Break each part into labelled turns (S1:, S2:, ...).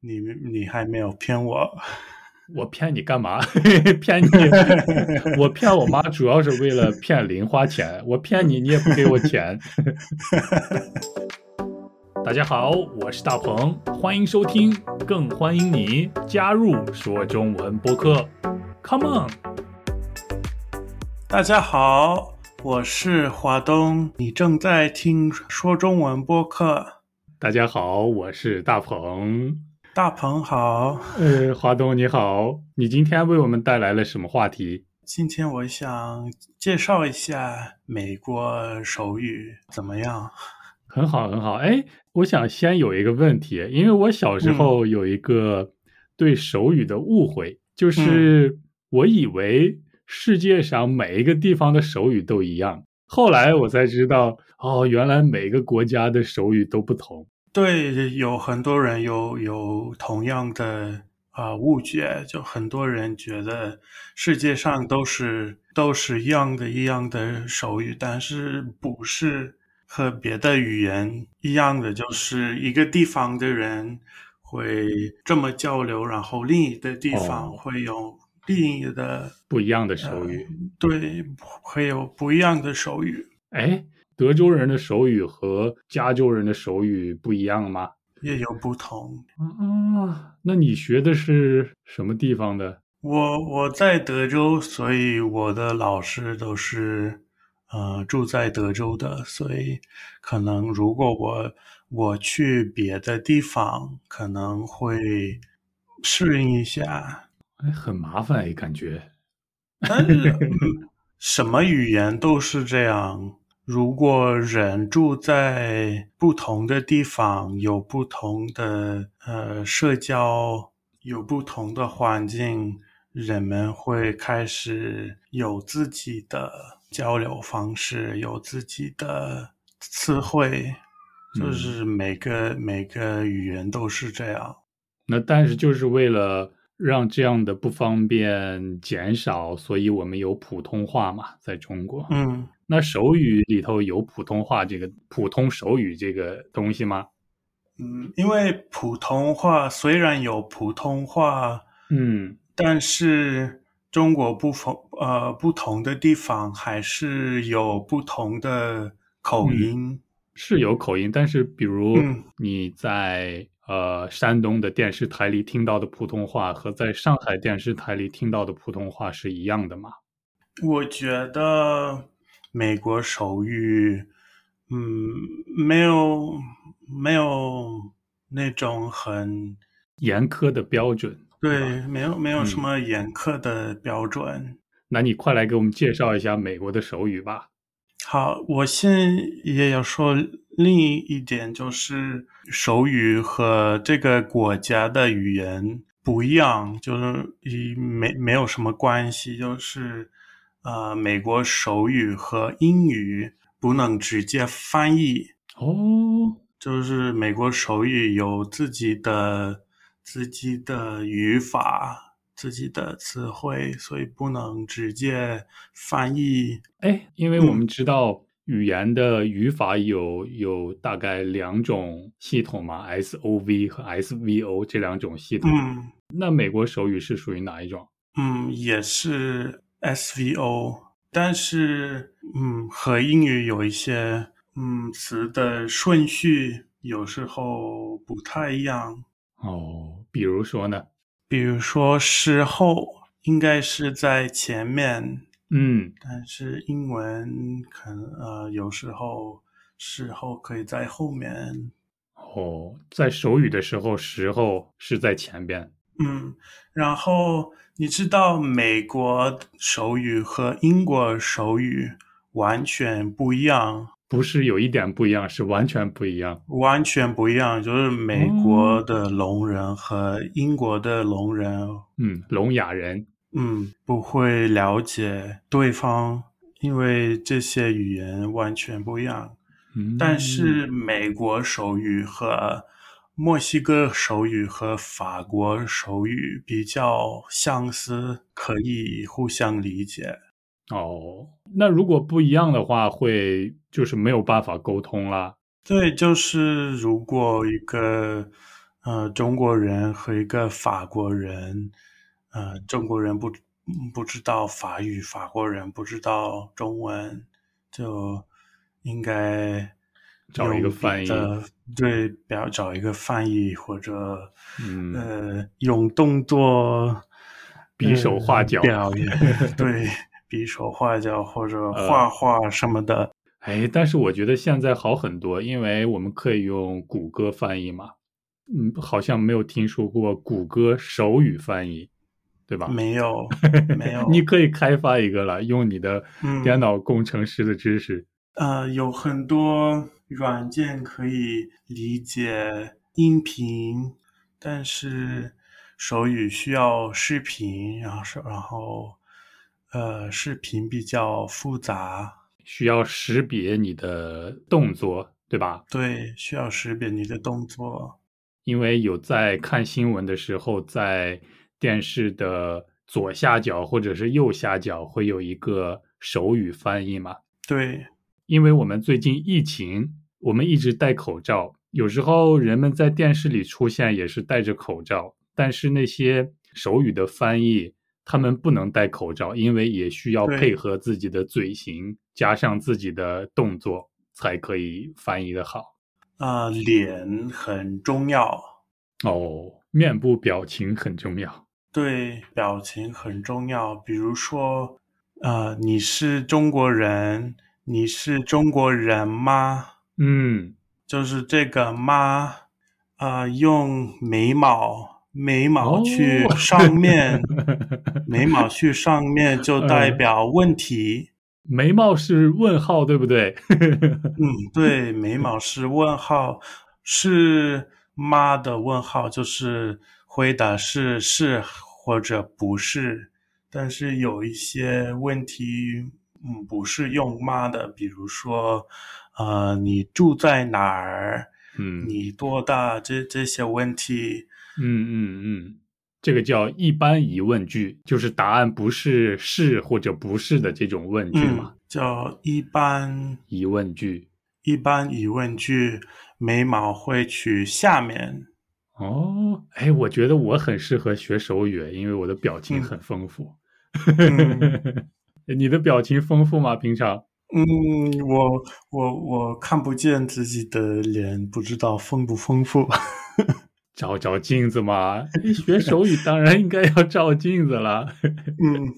S1: 你你还没有骗我，
S2: 我骗你干嘛？ 骗你？我骗我妈主要是为了骗零花钱。我骗你，你也不给我钱。大家好，我是大鹏，欢迎收听，更欢迎你加入说中文播客。Come on！
S1: 大家好，我是华东，你正在听说中文播客。
S2: 大家好，我是大鹏。
S1: 大鹏好，
S2: 呃，华东你好，你今天为我们带来了什么话题？
S1: 今天我想介绍一下美国手语怎么样？
S2: 很好，很好。哎，我想先有一个问题，因为我小时候有一个对手语的误会，就是我以为世界上每一个地方的手语都一样，后来我才知道，哦，原来每个国家的手语都不同。
S1: 对，有很多人有有同样的啊、呃误解，就很多人觉得世界上都是都是一样的一样的手语，但是不是和别的语言一样的，就是一个地方的人会这么交流，然后另一个地方
S2: 哦
S1: 会有另一的、
S2: 不一样的手语。
S1: 对，会有不一样的手语。
S2: 哎，德州人的手语和加州人的手语不一样吗？
S1: 也有不同。
S2: 啊，那你学的是什么地方的？
S1: 我我在德州，所以我的老师都是呃住在德州的，所以可能如果我我去别的地方，可能会适应一下。
S2: 哎，很麻烦哎，感觉。
S1: 但是、嗯什么语言都是这样。如果人住在不同的地方，有不同的呃社交，有不同的环境，人们会开始有自己的交流方式，有自己的词汇，就
S2: 嗯
S1: 是每个、每个语言都是这样。
S2: 那但是就是为了让这样的不方便减少，所以我们有普通话嘛，在中国。
S1: 嗯，
S2: 那手语里头有普通话这个普通手语这个东西吗？
S1: 嗯，因为普通话虽然有普通话。
S2: 嗯，
S1: 但是中国不同呃不同的地方还是有不同的口音。
S2: 是有口音，但是比如
S1: 嗯
S2: 你在、呃山东的电视台里听到的普通话和在上海电视台里听到的普通话是一样的吗？
S1: 我觉得美国手语，嗯，没有没有那种很
S2: 严苛的标准。
S1: 对，没有没有
S2: 嗯
S1: 什么严苛的标准。
S2: 那你快来给我们介绍一下美国的手语吧。
S1: 好，我先也要说另一点，就是手语和这个国家的语言不一样，就是一没没有什么关系，就是呃，美国手语和英语不能直接翻译，
S2: 哦，
S1: 就是美国手语有自己的自己的语法、自己的词汇，所以不能直接翻译。
S2: 哎，因为
S1: 嗯
S2: 我们知道语言的语法有有大概两种系统嘛，SOV 和 SVO 这两种系统。
S1: 嗯。
S2: 那美国手语是属于哪一种？
S1: 嗯，也是 SVO，但是嗯，和英语有一些嗯词的顺序有时候不太一样。
S2: 哦，比如说呢？
S1: 比如说时候应该是在前面，
S2: 嗯，
S1: 但是英文可能呃有时候时候可以在后面。
S2: 哦，在手语的时候，时候是在前边。
S1: 嗯，然后你知道美国手语和英国手语完全不一样。
S2: 不是有一点不一样，是完全不一样。
S1: 完全不一样，就是美国的聋人和英国的聋人，
S2: 嗯，聋哑人。
S1: 嗯，不会了解对方，因为这些语言完全不一样。
S2: 嗯，
S1: 但是美国手语和墨西哥手语和法国手语比较相似，可以互相理解。
S2: 哦，那如果不一样的话，会就是没有办法沟通啦。
S1: 对，就是如果一个呃中国人和一个法国人，呃中国人不不知道法语，法国人不知道中文，就应该
S2: 找一个翻译
S1: 的，对，不要找一个翻译或者、
S2: 嗯
S1: 呃用动作
S2: 比手画脚
S1: 呃表演， 对，比手画脚或者
S2: 呃
S1: 画画什么的。
S2: 哎，但是我觉得现在好很多，因为我们可以用谷歌翻译嘛。嗯，好像没有听说过谷歌手语翻译，对吧？。
S1: 没有，没有
S2: 你可以开发一个了，用你的
S1: 嗯
S2: 电脑工程师的知识。
S1: 呃，有很多软件可以理解音频，但是手语需要视频，然后是然后呃，视频比较复杂，
S2: 需要识别你的动作，对吧？
S1: 对，需要识别你的动作。
S2: 因为有在看新闻的时候，在电视的左下角或者是右下角会有一个手语翻译嘛。
S1: 对，
S2: 因为我们最近疫情，我们一直戴口罩，有时候人们在电视里出现也是戴着口罩，但是那些手语的翻译，他们不能戴口罩，因为也需要
S1: 对
S2: 配合自己的嘴型，加上自己的动作，才可以翻译的好。
S1: 啊、脸很重要，
S2: 哦，面部表情很重要。
S1: 对，表情很重要。比如说，呃，你是中国人，你是中国人吗？
S2: 嗯，
S1: 就是这个妈，呃，用眉毛眉毛去
S2: 哦
S1: 上面，眉毛去上面就代表问题。
S2: 眉毛是问号，对不对？
S1: 嗯，对，眉毛是问号，是妈的问号，就是回答是是或者不是。但是有一些问题，嗯，不是用妈的，比如说，呃，你住在哪儿？
S2: 嗯
S1: 你多大？这这些问题，
S2: 嗯嗯嗯，这个叫一般疑问句，就是答案不是是或者不是的这种问句嘛。
S1: 嗯，叫一般
S2: 疑问句。
S1: 一般疑问句，眉毛会取下面。
S2: 哦，哎，我觉得我很适合学手语，因为我的表情
S1: 嗯
S2: 很丰富。
S1: 嗯
S2: 你的表情丰富吗？平常？
S1: 嗯，我我我看不见自己的脸，不知道丰不丰 富。
S2: 照照镜子嘛，你学手语当然应该要照镜子了。
S1: 嗯，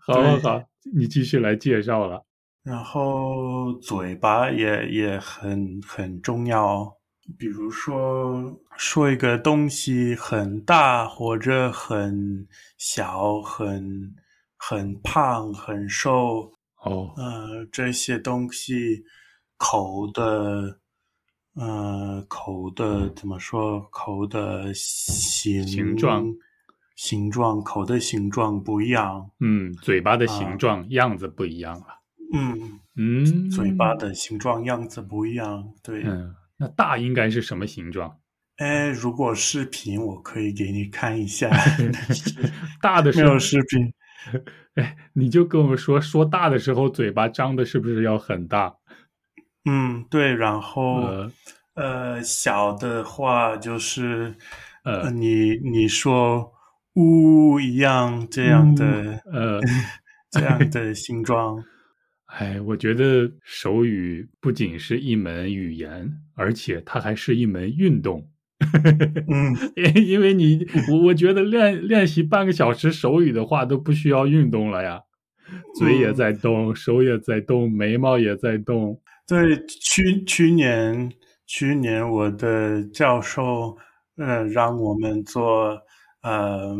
S2: 好好
S1: 对
S2: 好，你继续来介绍了。哦
S1: 然后嘴巴也也很很重要。比如说，说一个东西很大或者很小，很很胖、很瘦，
S2: 哦，
S1: 呃，这些东西口的，呃，口的怎么说？口的形
S2: 嗯形状，
S1: 形状，口的形状不一样。
S2: 嗯，嘴巴的
S1: 啊
S2: 形状、样子不一样了。
S1: 嗯，
S2: 嗯，
S1: 嘴巴的形状、样子不一样。对，
S2: 嗯，那大应该是什么形状？。
S1: 哎，如果视频，我可以给你看一下
S2: 大的
S1: 没
S2: 时候
S1: 有，视频，
S2: 哎，你就跟我说，说大的时候嘴巴张的是不是要很大？
S1: 嗯，对，然后。
S2: 呃，
S1: 呃，小的话就是，
S2: 呃
S1: 你你说呜一样这样的、
S2: 呃，
S1: 这样的形状，
S2: 哎，我觉得手语不仅是一门语言，而且它还是一门运动。
S1: 嗯，
S2: 因为你，我我觉得练练习半个小时手语的话都不需要运动了呀，嘴也
S1: 嗯
S2: 在动，手也在动，眉毛也在动。
S1: 对，去去年去年我的教授呃让我们做呃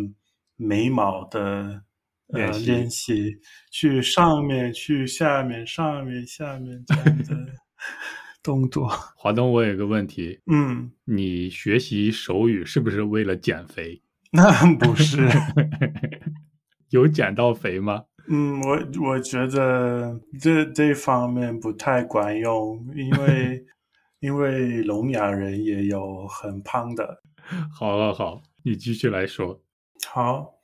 S1: 眉毛的呃
S2: 练
S1: 练
S2: 习
S1: 习，去上面去下面上面下面这样的动作，
S2: 华东，我有个问题，
S1: 嗯，
S2: 你学习手语是不是为了减肥？
S1: 那不是。
S2: 有减到肥吗？
S1: 嗯，我我觉得这这方面不太管用，因为因为聋哑人也有很胖的。
S2: 好，好，好，你继续来说。
S1: 好，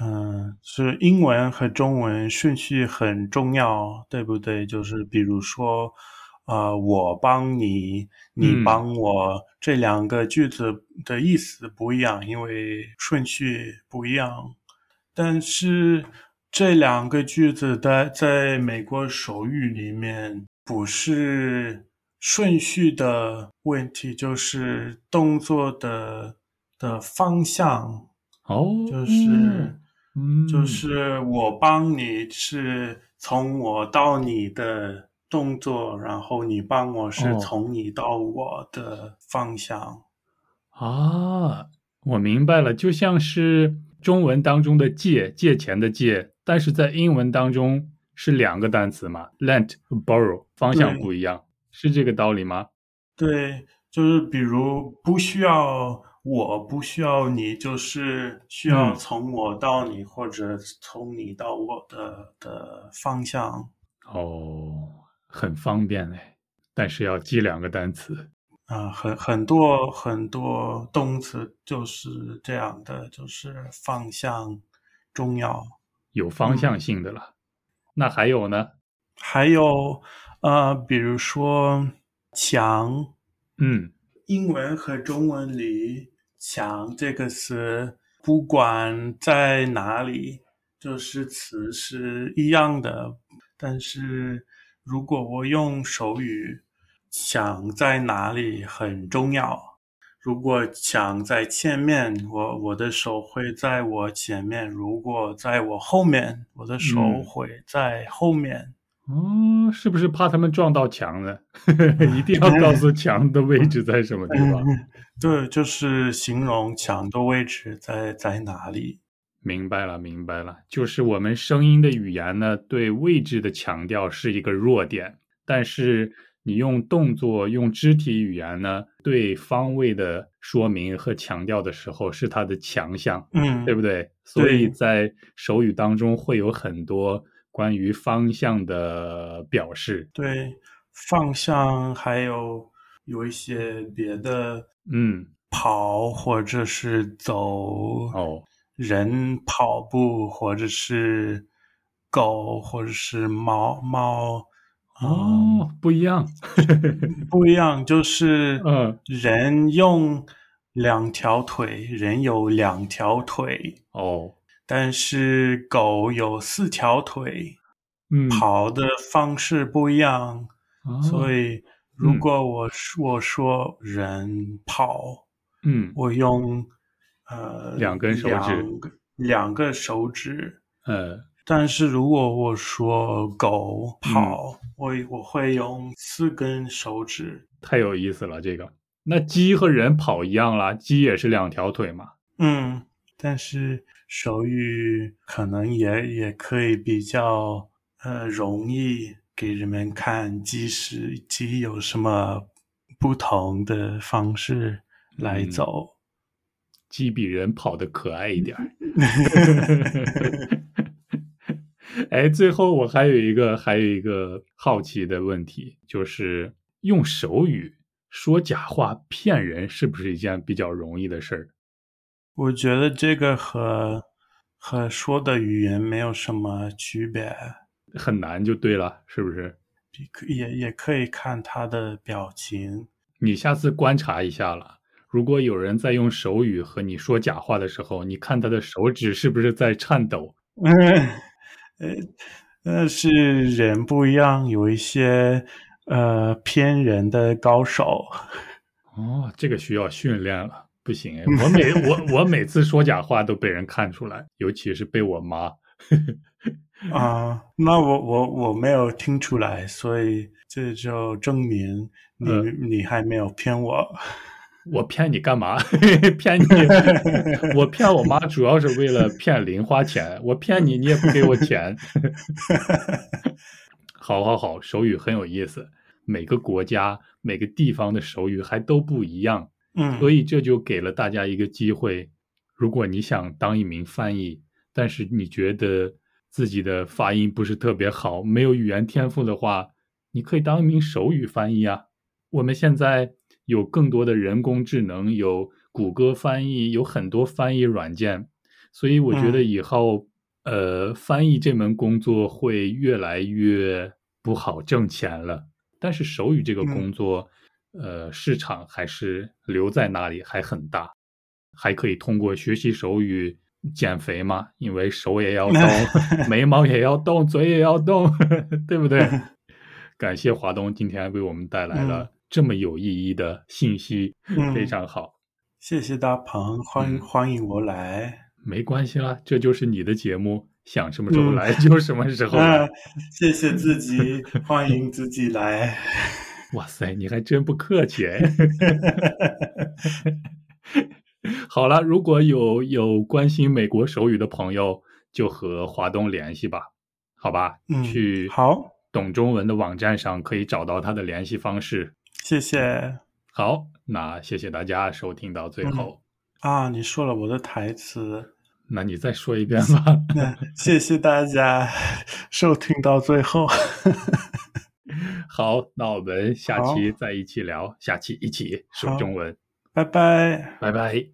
S1: 嗯，是英文和中文顺序很重要，对不对？就是比如说，啊、呃，我帮你，你帮我、
S2: 嗯，
S1: 这两个句子的意思不一样，因为顺序不一样。但是这两个句子在在美国手语里面不是顺序的问题，就是动作的的方向。
S2: 哦，
S1: 就是，嗯、就是我帮你是从我到你的动作，然后你帮我是从你到我的方向。
S2: 哦、啊，我明白了，就像是中文当中的“借”借钱的“借”，但是在英文当中是两个单词嘛，lend、borrow，方向不一样，是这个道理吗？
S1: 对，就是比如不需要。我不需要你，就是需要从我到你，
S2: 嗯、
S1: 或者从你到我的的方向。
S2: 哦，很方便嘞，但是要记两个单词
S1: 啊、呃，很很多很多动词就是这样的，就是方向重要，
S2: 有方向性的了、嗯。那还有呢？
S1: 还有呃，比如说墙，
S2: 嗯，
S1: 英文和中文里。强这个词，不管在哪里，就是词是一样的。但是如果我用手语，想在哪里很重要。如果想在前面，我我的手会在我前面；如果在我后面，我的手会在后面。
S2: 嗯、哦，是不是怕他们撞到墙呢？ 一定 要告诉墙的位置在什么地方。
S1: 嗯对，就是形容墙的位置在在哪里。
S2: 明白了，明白了。就是我们声音的语言呢，对位置的强调是一个弱点，但是你用动作、用肢体语言呢，对方位的说明和强调的时候是它的强项，
S1: 嗯，
S2: 对不对？所以在手语当中会有很多关于方向的表示。
S1: 对，方向还有有一些别的。
S2: 嗯，
S1: 跑或者是走
S2: 哦，
S1: 人跑步或者是狗或者是猫猫、
S2: 嗯、哦，不一样，
S1: 不一样，就是
S2: 嗯，
S1: 人用两条腿、嗯，人有两条腿
S2: 哦，
S1: 但是狗有四条腿，
S2: 嗯，
S1: 跑的方式不一样，
S2: 哦、
S1: 所以。如果我说、嗯、我说人跑，
S2: 嗯，
S1: 我用呃
S2: 两根手指，
S1: 两个手指，
S2: 呃，
S1: 但是如果我说狗跑，嗯、我我会用四根手指。
S2: 太有意思了，这个。那鸡和人跑一样啦，鸡也是两条腿嘛。
S1: 嗯，但是手语可能也也可以比较呃容易。给人们看，即使鸡有什么不同的方式来走，
S2: 鸡、嗯、比人跑的可爱一点儿。 哎，最后我还有一个还有一个好奇的问题，就是用手语说假话骗人，是不是一件比较容易的事儿？
S1: 我觉得这个和和说的语言没有什么区别。
S2: 很难就对了，是不是？
S1: 也也可以看他的表情。
S2: 你下次观察一下了。如果有人在用手语和你说假话的时候，你看他的手指是不是在颤抖？
S1: 嗯， 呃，那是人不一样，有一些呃骗人的高手。
S2: 哦，这个需要训练了，不行，我每我我每次说假话都被人看出来，尤其是被我妈。
S1: 啊 uh,，那我我我没有听出来，所以这就证明你、呃、你还没有骗我。
S2: 我骗你干嘛？ 骗你？我骗我妈主要是为了骗零花钱。我骗你，你也不给我钱。 好好好，手语很有意思，每个国家每个地方的手语还都不一样。
S1: 嗯，
S2: 所以这就给了大家一个机会。如果你想当一名翻译，但是你觉得。自己的发音不是特别好，没有语言天赋的话，你可以当一名手语翻译啊。我们现在有更多的人工智能，有谷歌翻译，有很多翻译软件，所以我觉得以后、嗯、呃，翻译这门工作会越来越不好挣钱了。但是手语这个工作，呃，市场还是留在那里还很大，还可以通过学习手语减肥嘛，因为手也要动，眉毛也要动，嘴也要动， 对不对？感谢华东今天为我们带来了这么有意义的信息，
S1: 嗯
S2: 非常好。
S1: 谢谢大鹏，欢迎、
S2: 嗯
S1: 欢迎我来。
S2: 没关系啦，这就是你的节目，想什么时候来 就什么时候来。
S1: 啊谢谢自己，欢迎自己来。
S2: 哇塞，你还真不客气哎。好了，如果有有关心美国手语的朋友，就和华东联系吧，好吧？
S1: 嗯
S2: 去
S1: 好，
S2: 懂中文的网站上可以找到他的联系方式。
S1: 谢谢
S2: 好，那谢谢大家收听到
S1: 嗯
S2: 最后。
S1: 啊！你说了我的台词，
S2: 那你再说一 遍吧。
S1: 那谢谢大家 收听到最后。
S2: 好，那我们下
S1: 好
S2: 期再一起聊，下期一起说
S1: 好
S2: 中文，
S1: 拜拜。
S2: 拜拜。